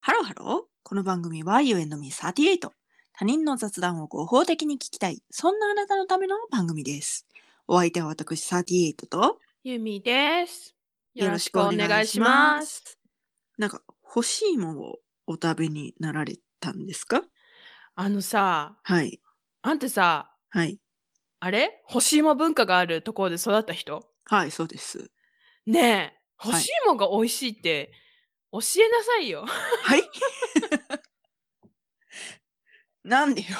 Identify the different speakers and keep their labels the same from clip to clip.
Speaker 1: ハローハロー。この番組は You and me38。他人の雑談を合法的に聞きたい。そんなあなたのための番組です。お相手は私38と、
Speaker 2: ゆみです。
Speaker 1: よ
Speaker 2: よ
Speaker 1: ろ
Speaker 2: ろ
Speaker 1: し
Speaker 2: し
Speaker 1: く
Speaker 2: く
Speaker 1: お
Speaker 2: お
Speaker 1: 願
Speaker 2: 願
Speaker 1: い
Speaker 2: い
Speaker 1: し
Speaker 2: し
Speaker 1: ま
Speaker 2: ます。
Speaker 1: なんか欲しいものをお食べになられたんですか
Speaker 2: あのさ、
Speaker 1: はい。
Speaker 2: あんたさ、
Speaker 1: はい。
Speaker 2: あれ干し芋文化があるところで育った人
Speaker 1: はい、そうです。
Speaker 2: ねえ、
Speaker 1: い
Speaker 2: 干し芋が美味しいって教えなさいよ。
Speaker 1: はい。なんでよ。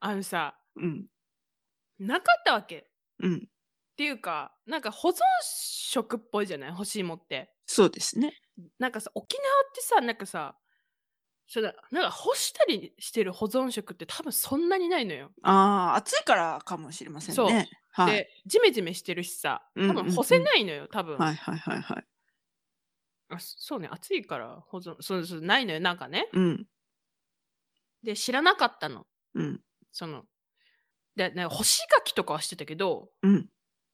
Speaker 2: あのさ、
Speaker 1: うん。
Speaker 2: なかったわけ。っ
Speaker 1: うん。
Speaker 2: ていうか、なんか保存食っぽいじゃない干し芋って。
Speaker 1: そうですね。
Speaker 2: なんかさ、沖縄ってさ、なんかさ、そうだなんか干したりしてる保存食って多分そんなにないのよ。
Speaker 1: ああ、暑いからかもしれませんね。はい。
Speaker 2: で、ジメジメしてるしさ、
Speaker 1: うん
Speaker 2: 多
Speaker 1: うんう
Speaker 2: 分
Speaker 1: ん
Speaker 2: 干せないのよ、多分。
Speaker 1: はいはいはいはい。
Speaker 2: あそそうね暑いから保存そうそうないのよなんかね
Speaker 1: うん。
Speaker 2: で知らなかったの
Speaker 1: うん。
Speaker 2: そのでね干し柿とかはしてたけど
Speaker 1: うん。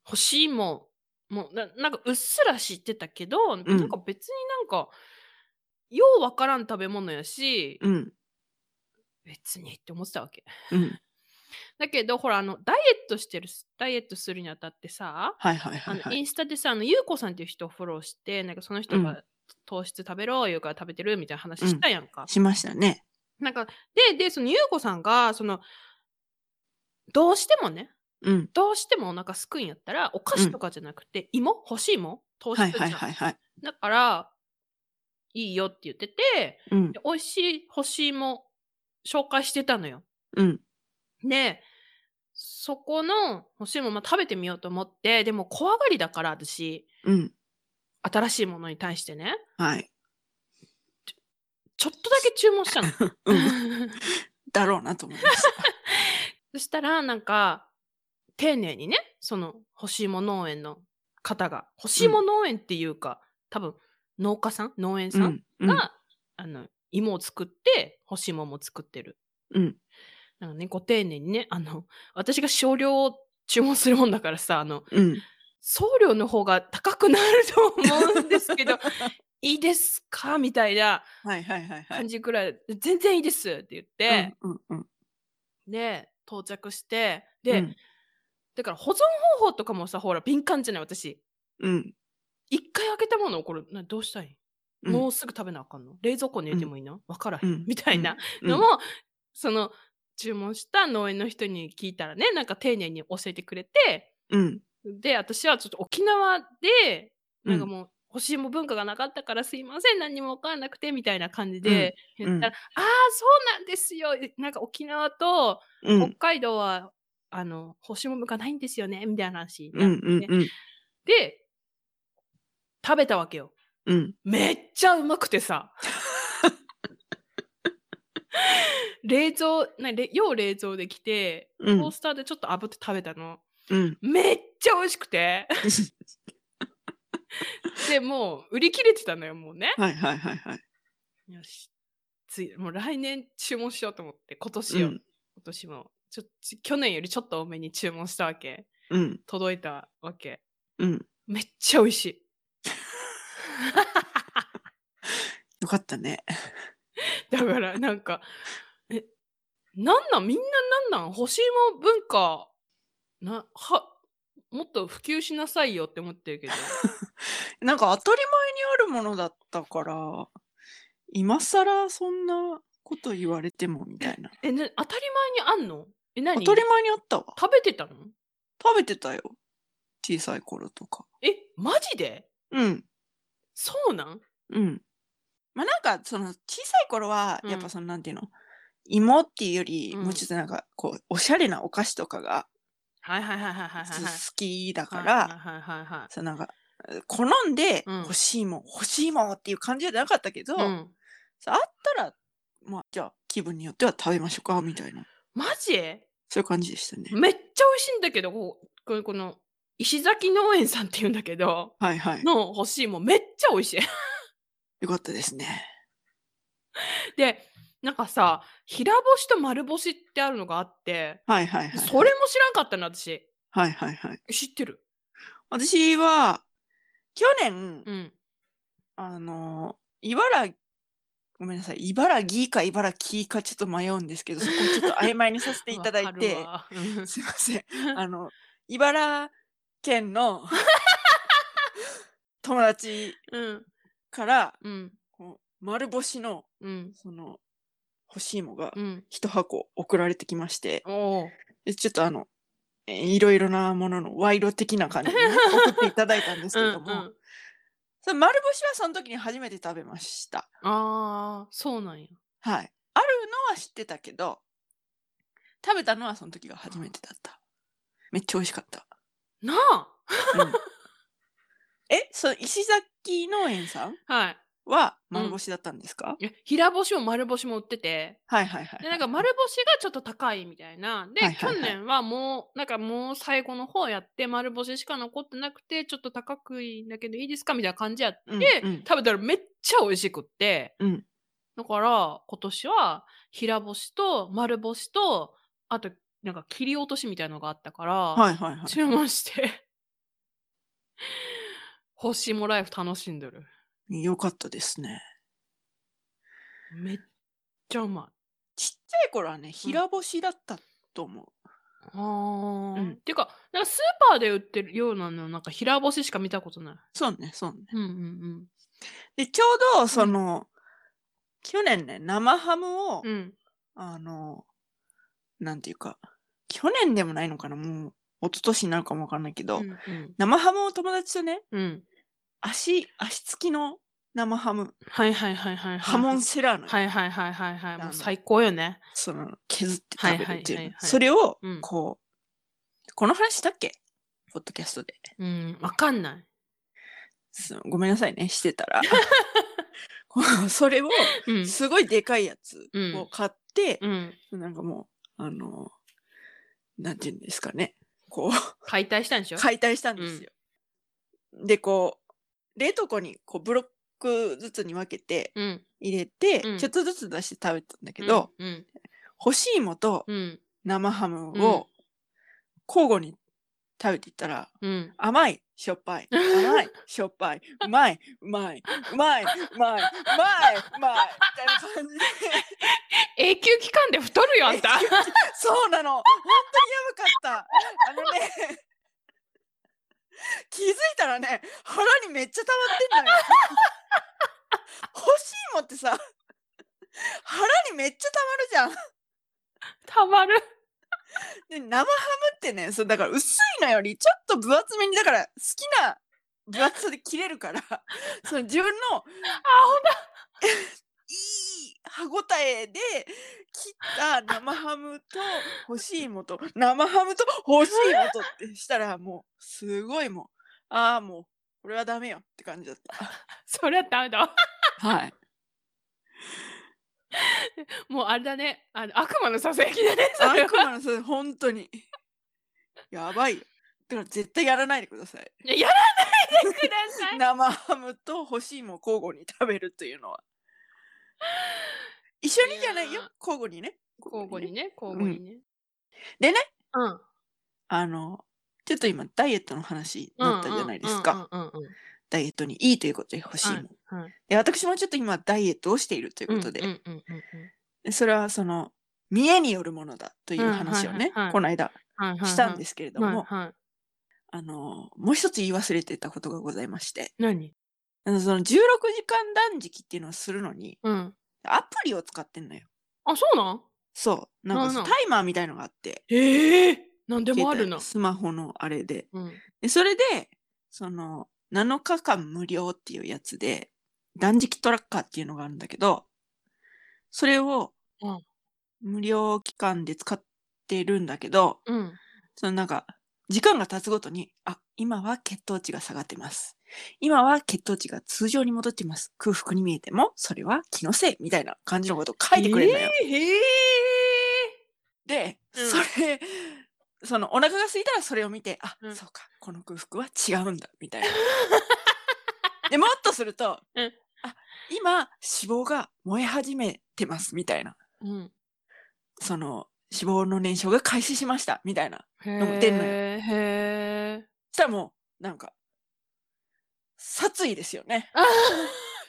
Speaker 2: 干し芋もななんかうっすら知ってたけど、
Speaker 1: ん
Speaker 2: なんか別になんかようわからん食べ物やし、
Speaker 1: うん。
Speaker 2: 別にって思ってたわけ
Speaker 1: うん。
Speaker 2: だけどほらあのダイエットしてるダイエットするにあたってさ
Speaker 1: はいはい
Speaker 2: あ
Speaker 1: はい
Speaker 2: の
Speaker 1: は
Speaker 2: イ
Speaker 1: い。
Speaker 2: ンスタでさあのゆうこさんっていう人をフォローしてなんかその人
Speaker 1: う
Speaker 2: が糖質食べろ言うから食べてるみたいな話したやんか、
Speaker 1: しましたね。
Speaker 2: なんか、で、で、その、ゆうこさんが、その、どうしてもね、
Speaker 1: うん。
Speaker 2: どうしてもお腹すくんやったら、お菓
Speaker 1: うん
Speaker 2: 子とかじゃなくて、芋欲しいもん糖質じ
Speaker 1: は
Speaker 2: ゃ
Speaker 1: いはい
Speaker 2: ん、
Speaker 1: はいはい。
Speaker 2: だから、いいよって言ってて、
Speaker 1: うん
Speaker 2: で。美味しい干し芋紹介してたのよ。
Speaker 1: うん。
Speaker 2: で、そこの干し芋、まあ、食べてみようと思って、でも怖がりだから、私、
Speaker 1: うん。
Speaker 2: 新しいものに対してね、
Speaker 1: はい。
Speaker 2: ちょっとだけ注文したの。
Speaker 1: うん。だろうなと思いました。
Speaker 2: そしたら、なんか、丁寧にね、その、干し芋農園の方が、干し芋農園っていうか、多分、農家さん農園さん
Speaker 1: う
Speaker 2: が、
Speaker 1: ん。うん。
Speaker 2: あの、芋を作って、干し芋も作ってる。
Speaker 1: うん。
Speaker 2: なんかね、ご丁寧にね、あの、私が少量を注文するもんだからさ、あの、
Speaker 1: うん。
Speaker 2: 送料の方が高くなると思うんです けど、いいですかみたいな
Speaker 1: はいはいはいは
Speaker 2: 感
Speaker 1: い。
Speaker 2: じくらい、全然いいですって言って、
Speaker 1: うんうんうん。
Speaker 2: で、到着して、で、
Speaker 1: うん
Speaker 2: だから保存方法とかもさほら敏感じゃない私
Speaker 1: うん。
Speaker 2: 一回開けたものをこれなどうしたい、
Speaker 1: うん
Speaker 2: もうすぐ食べなあかんの冷蔵庫に入れてもいいなわからへん、
Speaker 1: うん
Speaker 2: みたいな
Speaker 1: うん
Speaker 2: のも、その注文した農園の人に聞いたらねなんか丁寧に教えてくれて
Speaker 1: うん。
Speaker 2: で私はちょっと沖縄で
Speaker 1: う
Speaker 2: なん
Speaker 1: ん
Speaker 2: かもう、欲しいも文化がなかったからすいません何にも分からなくてみたいな感じで
Speaker 1: うん
Speaker 2: 言ったら、ああそうなんですよなんか沖縄と
Speaker 1: うん。
Speaker 2: 北海道は、あの欲しいも文化ないんですよねみたいな話に
Speaker 1: う
Speaker 2: なっ
Speaker 1: んうんうん。
Speaker 2: で、食べたわけよ。
Speaker 1: うん。
Speaker 2: めっちゃうまくて さ。冷蔵、なれ要冷蔵できて、
Speaker 1: う
Speaker 2: ト
Speaker 1: ん
Speaker 2: ー。スターでちょっと炙って食べたの。
Speaker 1: うん。
Speaker 2: めっちゃ美味しくて。で、もう売り切れてたのよ、もうね。
Speaker 1: はいはいはいはい。
Speaker 2: よし。つい、もう来年注文しようと思って、今年
Speaker 1: う
Speaker 2: よ。
Speaker 1: ん。
Speaker 2: 今年も。ちょ、ち去年よりちょっと多めに注文したわけ。
Speaker 1: うん。
Speaker 2: 届いたわけ。
Speaker 1: うん。
Speaker 2: めっちゃ美味しい。
Speaker 1: よかったね。
Speaker 2: だからなんかえなんなんみんななんなん干し芋文化なはもっと普及しなさいよって思ってる けど
Speaker 1: なんか当たり前にあるものだったから、今更そんなこと言われてもみたいな。
Speaker 2: えな当たり前にあんのえ
Speaker 1: 当
Speaker 2: 何
Speaker 1: たり前にあったわ。
Speaker 2: 食べてたの
Speaker 1: 食べてたよ。小さい頃とか。
Speaker 2: えマジで
Speaker 1: うん。
Speaker 2: そうなん
Speaker 1: うん。まあなんかその小さい頃は
Speaker 2: うん
Speaker 1: やっぱそのなんていうの、芋っていうより
Speaker 2: うん
Speaker 1: もうちょっとなんかこうおしゃれなお菓子とかが
Speaker 2: はいはいはいはいはいはい
Speaker 1: す
Speaker 2: はい
Speaker 1: 好きだか
Speaker 2: はい
Speaker 1: ら
Speaker 2: はいはいは
Speaker 1: そのなんか好んで
Speaker 2: うん
Speaker 1: 欲しいもん欲しいもんっていう感じじゃなかったけど、
Speaker 2: いうん
Speaker 1: そうあったらまあじゃあ気分によっては食べましょうかみたいな
Speaker 2: マジ
Speaker 1: そういう感じでしたね。
Speaker 2: めっちゃ美味しいんだけどこうこれこの石崎農園さんっていうんだけど
Speaker 1: はいはい。
Speaker 2: の干し芋めっちゃ美味しい
Speaker 1: よかったですね。
Speaker 2: でなんかさ平干しと丸干しってあるのがあって
Speaker 1: はいはいはい。
Speaker 2: それも知らんかったの私
Speaker 1: はいはいはい。
Speaker 2: 知ってる
Speaker 1: 私は去年
Speaker 2: うん
Speaker 1: あの、茨、ごめんなさい、茨城か茨城かちょっと迷うんですけど、そこちょっと曖昧にさせていただいて、
Speaker 2: わかるわ
Speaker 1: すいません。あの、茨県の 友達
Speaker 2: うん
Speaker 1: から、
Speaker 2: うん
Speaker 1: こう丸星の、
Speaker 2: うん
Speaker 1: その、欲しいもが
Speaker 2: うん
Speaker 1: 一箱送られてきまして、
Speaker 2: おー
Speaker 1: でちょっとあの、えーいろいろなものの賄賂的な感じでね、送っていただいたんですけ
Speaker 2: うん
Speaker 1: れ
Speaker 2: う
Speaker 1: ども、
Speaker 2: ん
Speaker 1: その丸星はその時に初めて食べました。
Speaker 2: ああそうなんや
Speaker 1: はい。あるのは知ってたけど、食べたのはその時が初めてだった。めっちゃ美味しかった。
Speaker 2: なあ
Speaker 1: う んえ、その石崎農園さん
Speaker 2: はい
Speaker 1: は
Speaker 2: うん
Speaker 1: 丸星だったんですか、
Speaker 2: いや平干しも丸干しも売ってて
Speaker 1: はいはいはい。
Speaker 2: でなんか丸干しがちょっと高いみたいなで、
Speaker 1: はいはいはい
Speaker 2: 去年はもうなんかもう最後の方やって丸干ししか残ってなくてちょっと高くいんだけどいいですかみたいな感じやって、
Speaker 1: うんうん
Speaker 2: 食べたらめっちゃ美味しくって、
Speaker 1: うん
Speaker 2: だから今年は平干しと丸干しとあとなんか切り落としみたいのがあったから、
Speaker 1: はいはいはい。
Speaker 2: 注文して 星もライフ楽しんでる
Speaker 1: よかったですね。
Speaker 2: めっちゃうまい
Speaker 1: ちっちゃい頃はね、平干しだったと思う。
Speaker 2: あー、
Speaker 1: うん
Speaker 2: ていうか、なんかスーパーで売ってるようなの、なんか平干ししか見たことない。
Speaker 1: そうね、そうね。
Speaker 2: うんうん
Speaker 1: で、ちょうど、その、去年ね、生ハムを、
Speaker 2: うん。うん。
Speaker 1: あの、なんていうか、去年でもないのかな、もう、一昨年になるかもわかんないけど、
Speaker 2: うんうん
Speaker 1: 生ハムを友達とね、
Speaker 2: うん。
Speaker 1: 足、足つきの生ハム、
Speaker 2: はいはいはいはいはい。
Speaker 1: ハモンセラーノ、
Speaker 2: はいはいはいはいはい。
Speaker 1: あ
Speaker 2: も
Speaker 1: の
Speaker 2: う最高よね。
Speaker 1: その、削って食べるっていうの、
Speaker 2: はいはいはいはい
Speaker 1: それを
Speaker 2: う、ん
Speaker 1: こう、この話したっけポッドキャストで。
Speaker 2: うん。わかんない。
Speaker 1: そうごめんなさいね、してた ら。 こうそれを、
Speaker 2: うん。
Speaker 1: すごいでかいやつ
Speaker 2: うん
Speaker 1: を買って、
Speaker 2: うん。
Speaker 1: なんかもう、あの、なんていうんですかね。こう、
Speaker 2: 解体したんでしょ
Speaker 1: 解体したんですよ。で、こう、冷凍庫にこうブロックずつに分けて
Speaker 2: うん。
Speaker 1: 入れて、
Speaker 2: うん
Speaker 1: ちょっとずつ出して食べたんだけど、
Speaker 2: うん。
Speaker 1: 干し芋と
Speaker 2: うん。
Speaker 1: 生ハム
Speaker 2: うん
Speaker 1: を交互に食べていったら、
Speaker 2: うん。
Speaker 1: 甘い、しょっ ぱい、甘い、しょっぱい、うまい、うまい、うまい、うまい、うまい、うまい、みたいな感じで。
Speaker 2: 永久期間で太るよ、あんた。
Speaker 1: そうなの本当にやばかったあのね 気づいたらね腹にめっちゃ溜まってんのよ 欲しいもんってさ腹にめっちゃ溜まる
Speaker 2: たまる。
Speaker 1: じゃんで生ハムってねそうだから薄いのよりちょっと分厚めにだから好きな分厚さで切れるから その自分の
Speaker 2: あ、ほんと
Speaker 1: いい歯ごたえで切った生ハムと干し芋と生ハムと干し芋とってしたらもうすごいもうああもうこれはダメよって感じだった。
Speaker 2: そりゃダメだわ。
Speaker 1: はい。
Speaker 2: もうあれだね。あの悪魔のささやきだね、それ
Speaker 1: 悪
Speaker 2: は。
Speaker 1: 魔のせい本当にやばいよ。だから絶対やらないでください。
Speaker 2: いややら ないでください。
Speaker 1: 生ハムと干し芋を交互に食べるというのは。一緒にじゃない
Speaker 2: いや
Speaker 1: よ
Speaker 2: ー
Speaker 1: 交互にね。
Speaker 2: 交互にね、交
Speaker 1: 互
Speaker 2: 互
Speaker 1: に
Speaker 2: にね。
Speaker 1: でね、
Speaker 2: うん。
Speaker 1: あのちょっと今ダイエットの話になったじゃないですか。
Speaker 2: うんうんうんうん
Speaker 1: ダイエットにいいということで欲しいもん、
Speaker 2: うん。はい。
Speaker 1: で私もちょっと今ダイエットをしているということで、
Speaker 2: うんうんうんうんうん
Speaker 1: でそれはその見えによるものだという話をね、
Speaker 2: うんはいはいはい
Speaker 1: この間
Speaker 2: はいはいはい。
Speaker 1: したんですすけれども、
Speaker 2: はいはい、
Speaker 1: あのもう一つ言い忘れてたことがございまして
Speaker 2: 何
Speaker 1: あのその16時間断食っていうのをするのに
Speaker 2: うん。
Speaker 1: アプリを使ってんのよ
Speaker 2: あ、そうなん
Speaker 1: そうなんかそう
Speaker 2: な
Speaker 1: ん
Speaker 2: なん
Speaker 1: タイマーみたいのがあって
Speaker 2: ええなんでもある
Speaker 1: 携
Speaker 2: な
Speaker 1: 帯。スマホのあれで
Speaker 2: うん。
Speaker 1: でそれでその7日間無料っていうやつで断食トラッカーっていうのがあるんだけどそれを
Speaker 2: うん
Speaker 1: 無料期間で使ってるんだけど、
Speaker 2: うん。
Speaker 1: そのなんか時間が経つごとにあ今は血糖値が下がってます今は血糖値が通常に戻ってます空腹に見えてもそれは気のせいみたいな感じのことを書いてくれるのよ、
Speaker 2: えーえ
Speaker 1: で、
Speaker 2: うん
Speaker 1: それそのお腹が空いたらそれを見てあ、
Speaker 2: うん
Speaker 1: そうかこの空腹は違うんだみたいな でもっとすると、
Speaker 2: うん
Speaker 1: あ今脂肪が燃え始めてますみたいな
Speaker 2: ーうん。
Speaker 1: その脂肪の燃焼が開始しましたみたいな
Speaker 2: へ
Speaker 1: なんか出んのよ
Speaker 2: え。へえ。
Speaker 1: そしたらもうなんか殺意ですよね。
Speaker 2: あー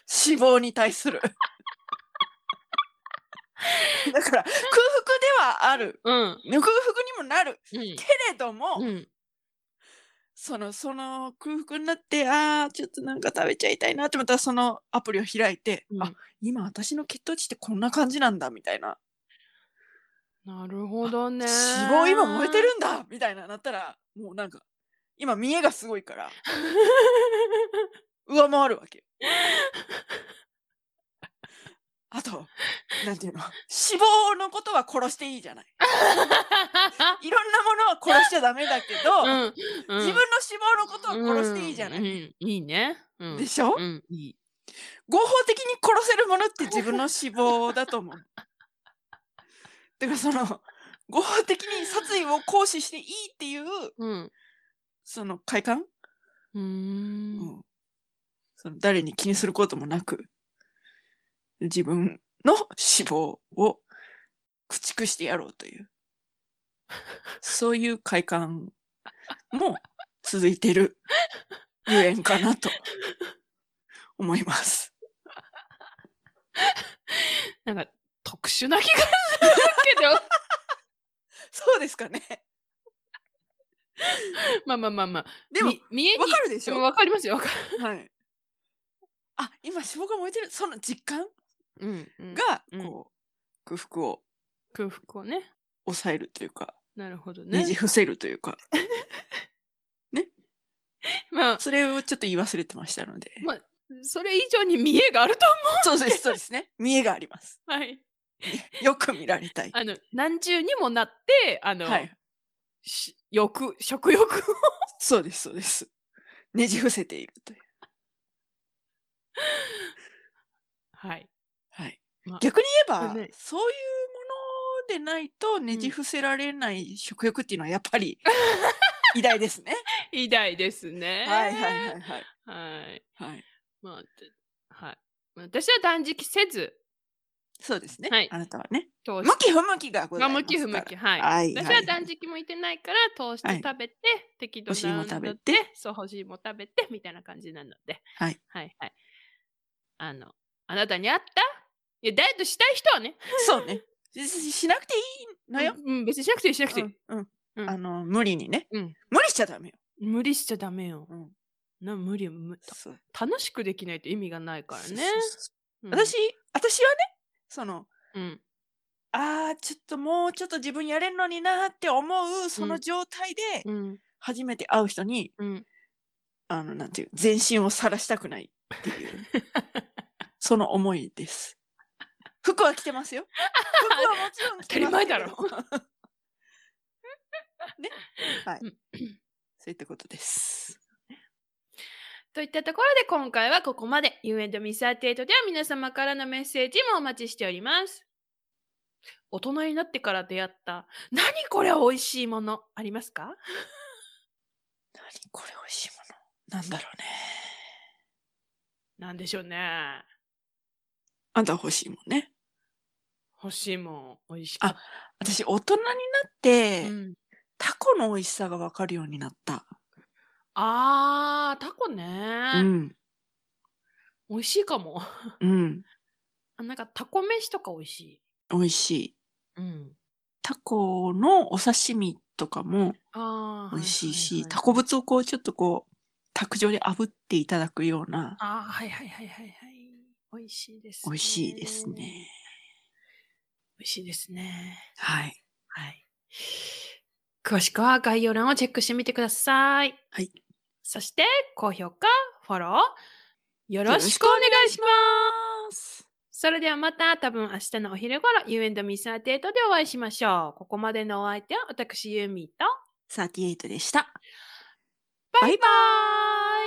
Speaker 1: 死亡に対 する。だから空腹ではある。
Speaker 2: うん。
Speaker 1: 空腹にもなる
Speaker 2: うん
Speaker 1: けれども、
Speaker 2: うん。
Speaker 1: そのその空腹になってあーちょっとなんか食べちゃいたいなってまたそのアプリを開いて、
Speaker 2: うん
Speaker 1: あ今私の血糖値ってこんな感じなんだみたいな
Speaker 2: なるほどね。
Speaker 1: 脂肪今燃えてるんだみたいななったらもうなんか今見えがすごいから上回るわ けよ。あとなんていうの脂肪のことは殺していいじゃない。いろんなものは殺しちゃダメだけど、
Speaker 2: うんうん
Speaker 1: 自分の脂肪のことは殺していいじゃない。
Speaker 2: うんうんいいね。うん
Speaker 1: でしょ、
Speaker 2: うん、いい。
Speaker 1: 合法的に殺せるものって自分の死亡だと思う。 だからその合法的に殺意を行使していいっていう
Speaker 2: うん。
Speaker 1: その快感、
Speaker 2: うー。
Speaker 1: うんんその誰に気にすることもなく自分の死亡を駆逐してやろうというそういう快感も続いてるゆえんかなと思います。
Speaker 2: なんか、特殊な気がするけど。
Speaker 1: そうですかね。
Speaker 2: まあまあまあまあ。
Speaker 1: でも
Speaker 2: み、見 えに
Speaker 1: わかるでしょ
Speaker 2: わかりますよ、わか
Speaker 1: はい。あ、今脂肪が燃えてる、その実感
Speaker 2: る。うん、うん。
Speaker 1: が、
Speaker 2: うん
Speaker 1: こう、空腹を
Speaker 2: 空腹をね。
Speaker 1: 抑えるというか、
Speaker 2: なるほどね。
Speaker 1: ねじ伏せるというか、
Speaker 2: まあ、
Speaker 1: それをちょっと言い忘れてましたので。
Speaker 2: まそれ以上に見栄があると
Speaker 1: そうです、そうですね。見栄があります。
Speaker 2: 思う。はい。
Speaker 1: よく見られたい。
Speaker 2: あの、何重にもなって、あの、
Speaker 1: はい。
Speaker 2: し欲、食欲を。
Speaker 1: そうです、そうです。ねじ伏せているという。
Speaker 2: はい。
Speaker 1: はい。
Speaker 2: まあ
Speaker 1: 逆に言えば、
Speaker 2: ね
Speaker 1: そういうものでないとねじ伏せられない食欲っていうのはやっぱ り偉大ですね。
Speaker 2: 偉大ですね。
Speaker 1: はいはいはいはい。
Speaker 2: はい。はい。
Speaker 1: はい。
Speaker 2: まあ、ではい。私は断食せず、
Speaker 1: そうですね。
Speaker 2: はい
Speaker 1: あなたはね。
Speaker 2: 糖質
Speaker 1: 向き不向きがござい
Speaker 2: が
Speaker 1: ますから。
Speaker 2: 向き不向き、はい。
Speaker 1: はい
Speaker 2: 私
Speaker 1: は
Speaker 2: はい断食もいてないから、糖質
Speaker 1: はい
Speaker 2: 食べて、適度
Speaker 1: 干し芋
Speaker 2: な温
Speaker 1: 食べ
Speaker 2: 度
Speaker 1: て
Speaker 2: で、そう、欲しいも食べて、みたいな感じなので。
Speaker 1: はい。
Speaker 2: はいはい。あの、あなたに合ったいや、ダイエットしたい人はね。
Speaker 1: そうね。しししなくていいのよ。
Speaker 2: うん、うん別にしなくていい、しなくていい。
Speaker 1: うんうん
Speaker 2: うん
Speaker 1: あの無理にね、
Speaker 2: うん
Speaker 1: 無理しちゃダメよ。
Speaker 2: 無理しちゃダメよ。
Speaker 1: うん
Speaker 2: な、無理、無た
Speaker 1: そう
Speaker 2: 楽しくできないと意味がないからね。うん、
Speaker 1: 私、私はね、その、
Speaker 2: うん。
Speaker 1: あー、ちょっともうちょっと自分やれんのになーって思う、そうの
Speaker 2: ん
Speaker 1: 状態で、
Speaker 2: うん。
Speaker 1: 初めて会う人に、
Speaker 2: うん。
Speaker 1: あの、なんていう、全身を晒したくないっていう、 その思いです。服は着てますよ。服はもちろん着てますけれども。
Speaker 2: 当
Speaker 1: ね。はい
Speaker 2: うん。
Speaker 1: そういったことです。
Speaker 2: といったところで今回はここまで U&Miss38 では皆様からのメッセージもお待ちしております。大人になってから出会った何これ美味しいものありますか
Speaker 1: 何これ美味しいものなんだろうね
Speaker 2: なんでしょうね。
Speaker 1: あんたは欲しいもんね
Speaker 2: 欲しいもん美味しかった。
Speaker 1: 私大人になって、
Speaker 2: うん、
Speaker 1: タコの美味しさが分かるようになった
Speaker 2: あータコね、
Speaker 1: うん
Speaker 2: 美味しいかも。
Speaker 1: うん
Speaker 2: あなんかタコ飯とか美味しい。
Speaker 1: 美味しい
Speaker 2: うん、
Speaker 1: タコのお刺身とかも
Speaker 2: あー
Speaker 1: 美味しいし、
Speaker 2: は
Speaker 1: タコ物をこうちょっとこう卓上で炙っていただくような
Speaker 2: あーはいはいはいはいはい。美味しいです、
Speaker 1: 美味しいです。ね
Speaker 2: 美味しいですね。
Speaker 1: はい
Speaker 2: はい。詳しくは概要欄をチェックしてみてください。
Speaker 1: はい。
Speaker 2: そして、高評価、フォロー、よろしくお願いします。それではまた多分明日のお昼頃、You and Me38 でお会いしましょう。ここまでのお相手は私ユーミーと、
Speaker 1: 38でした
Speaker 2: バイバーイ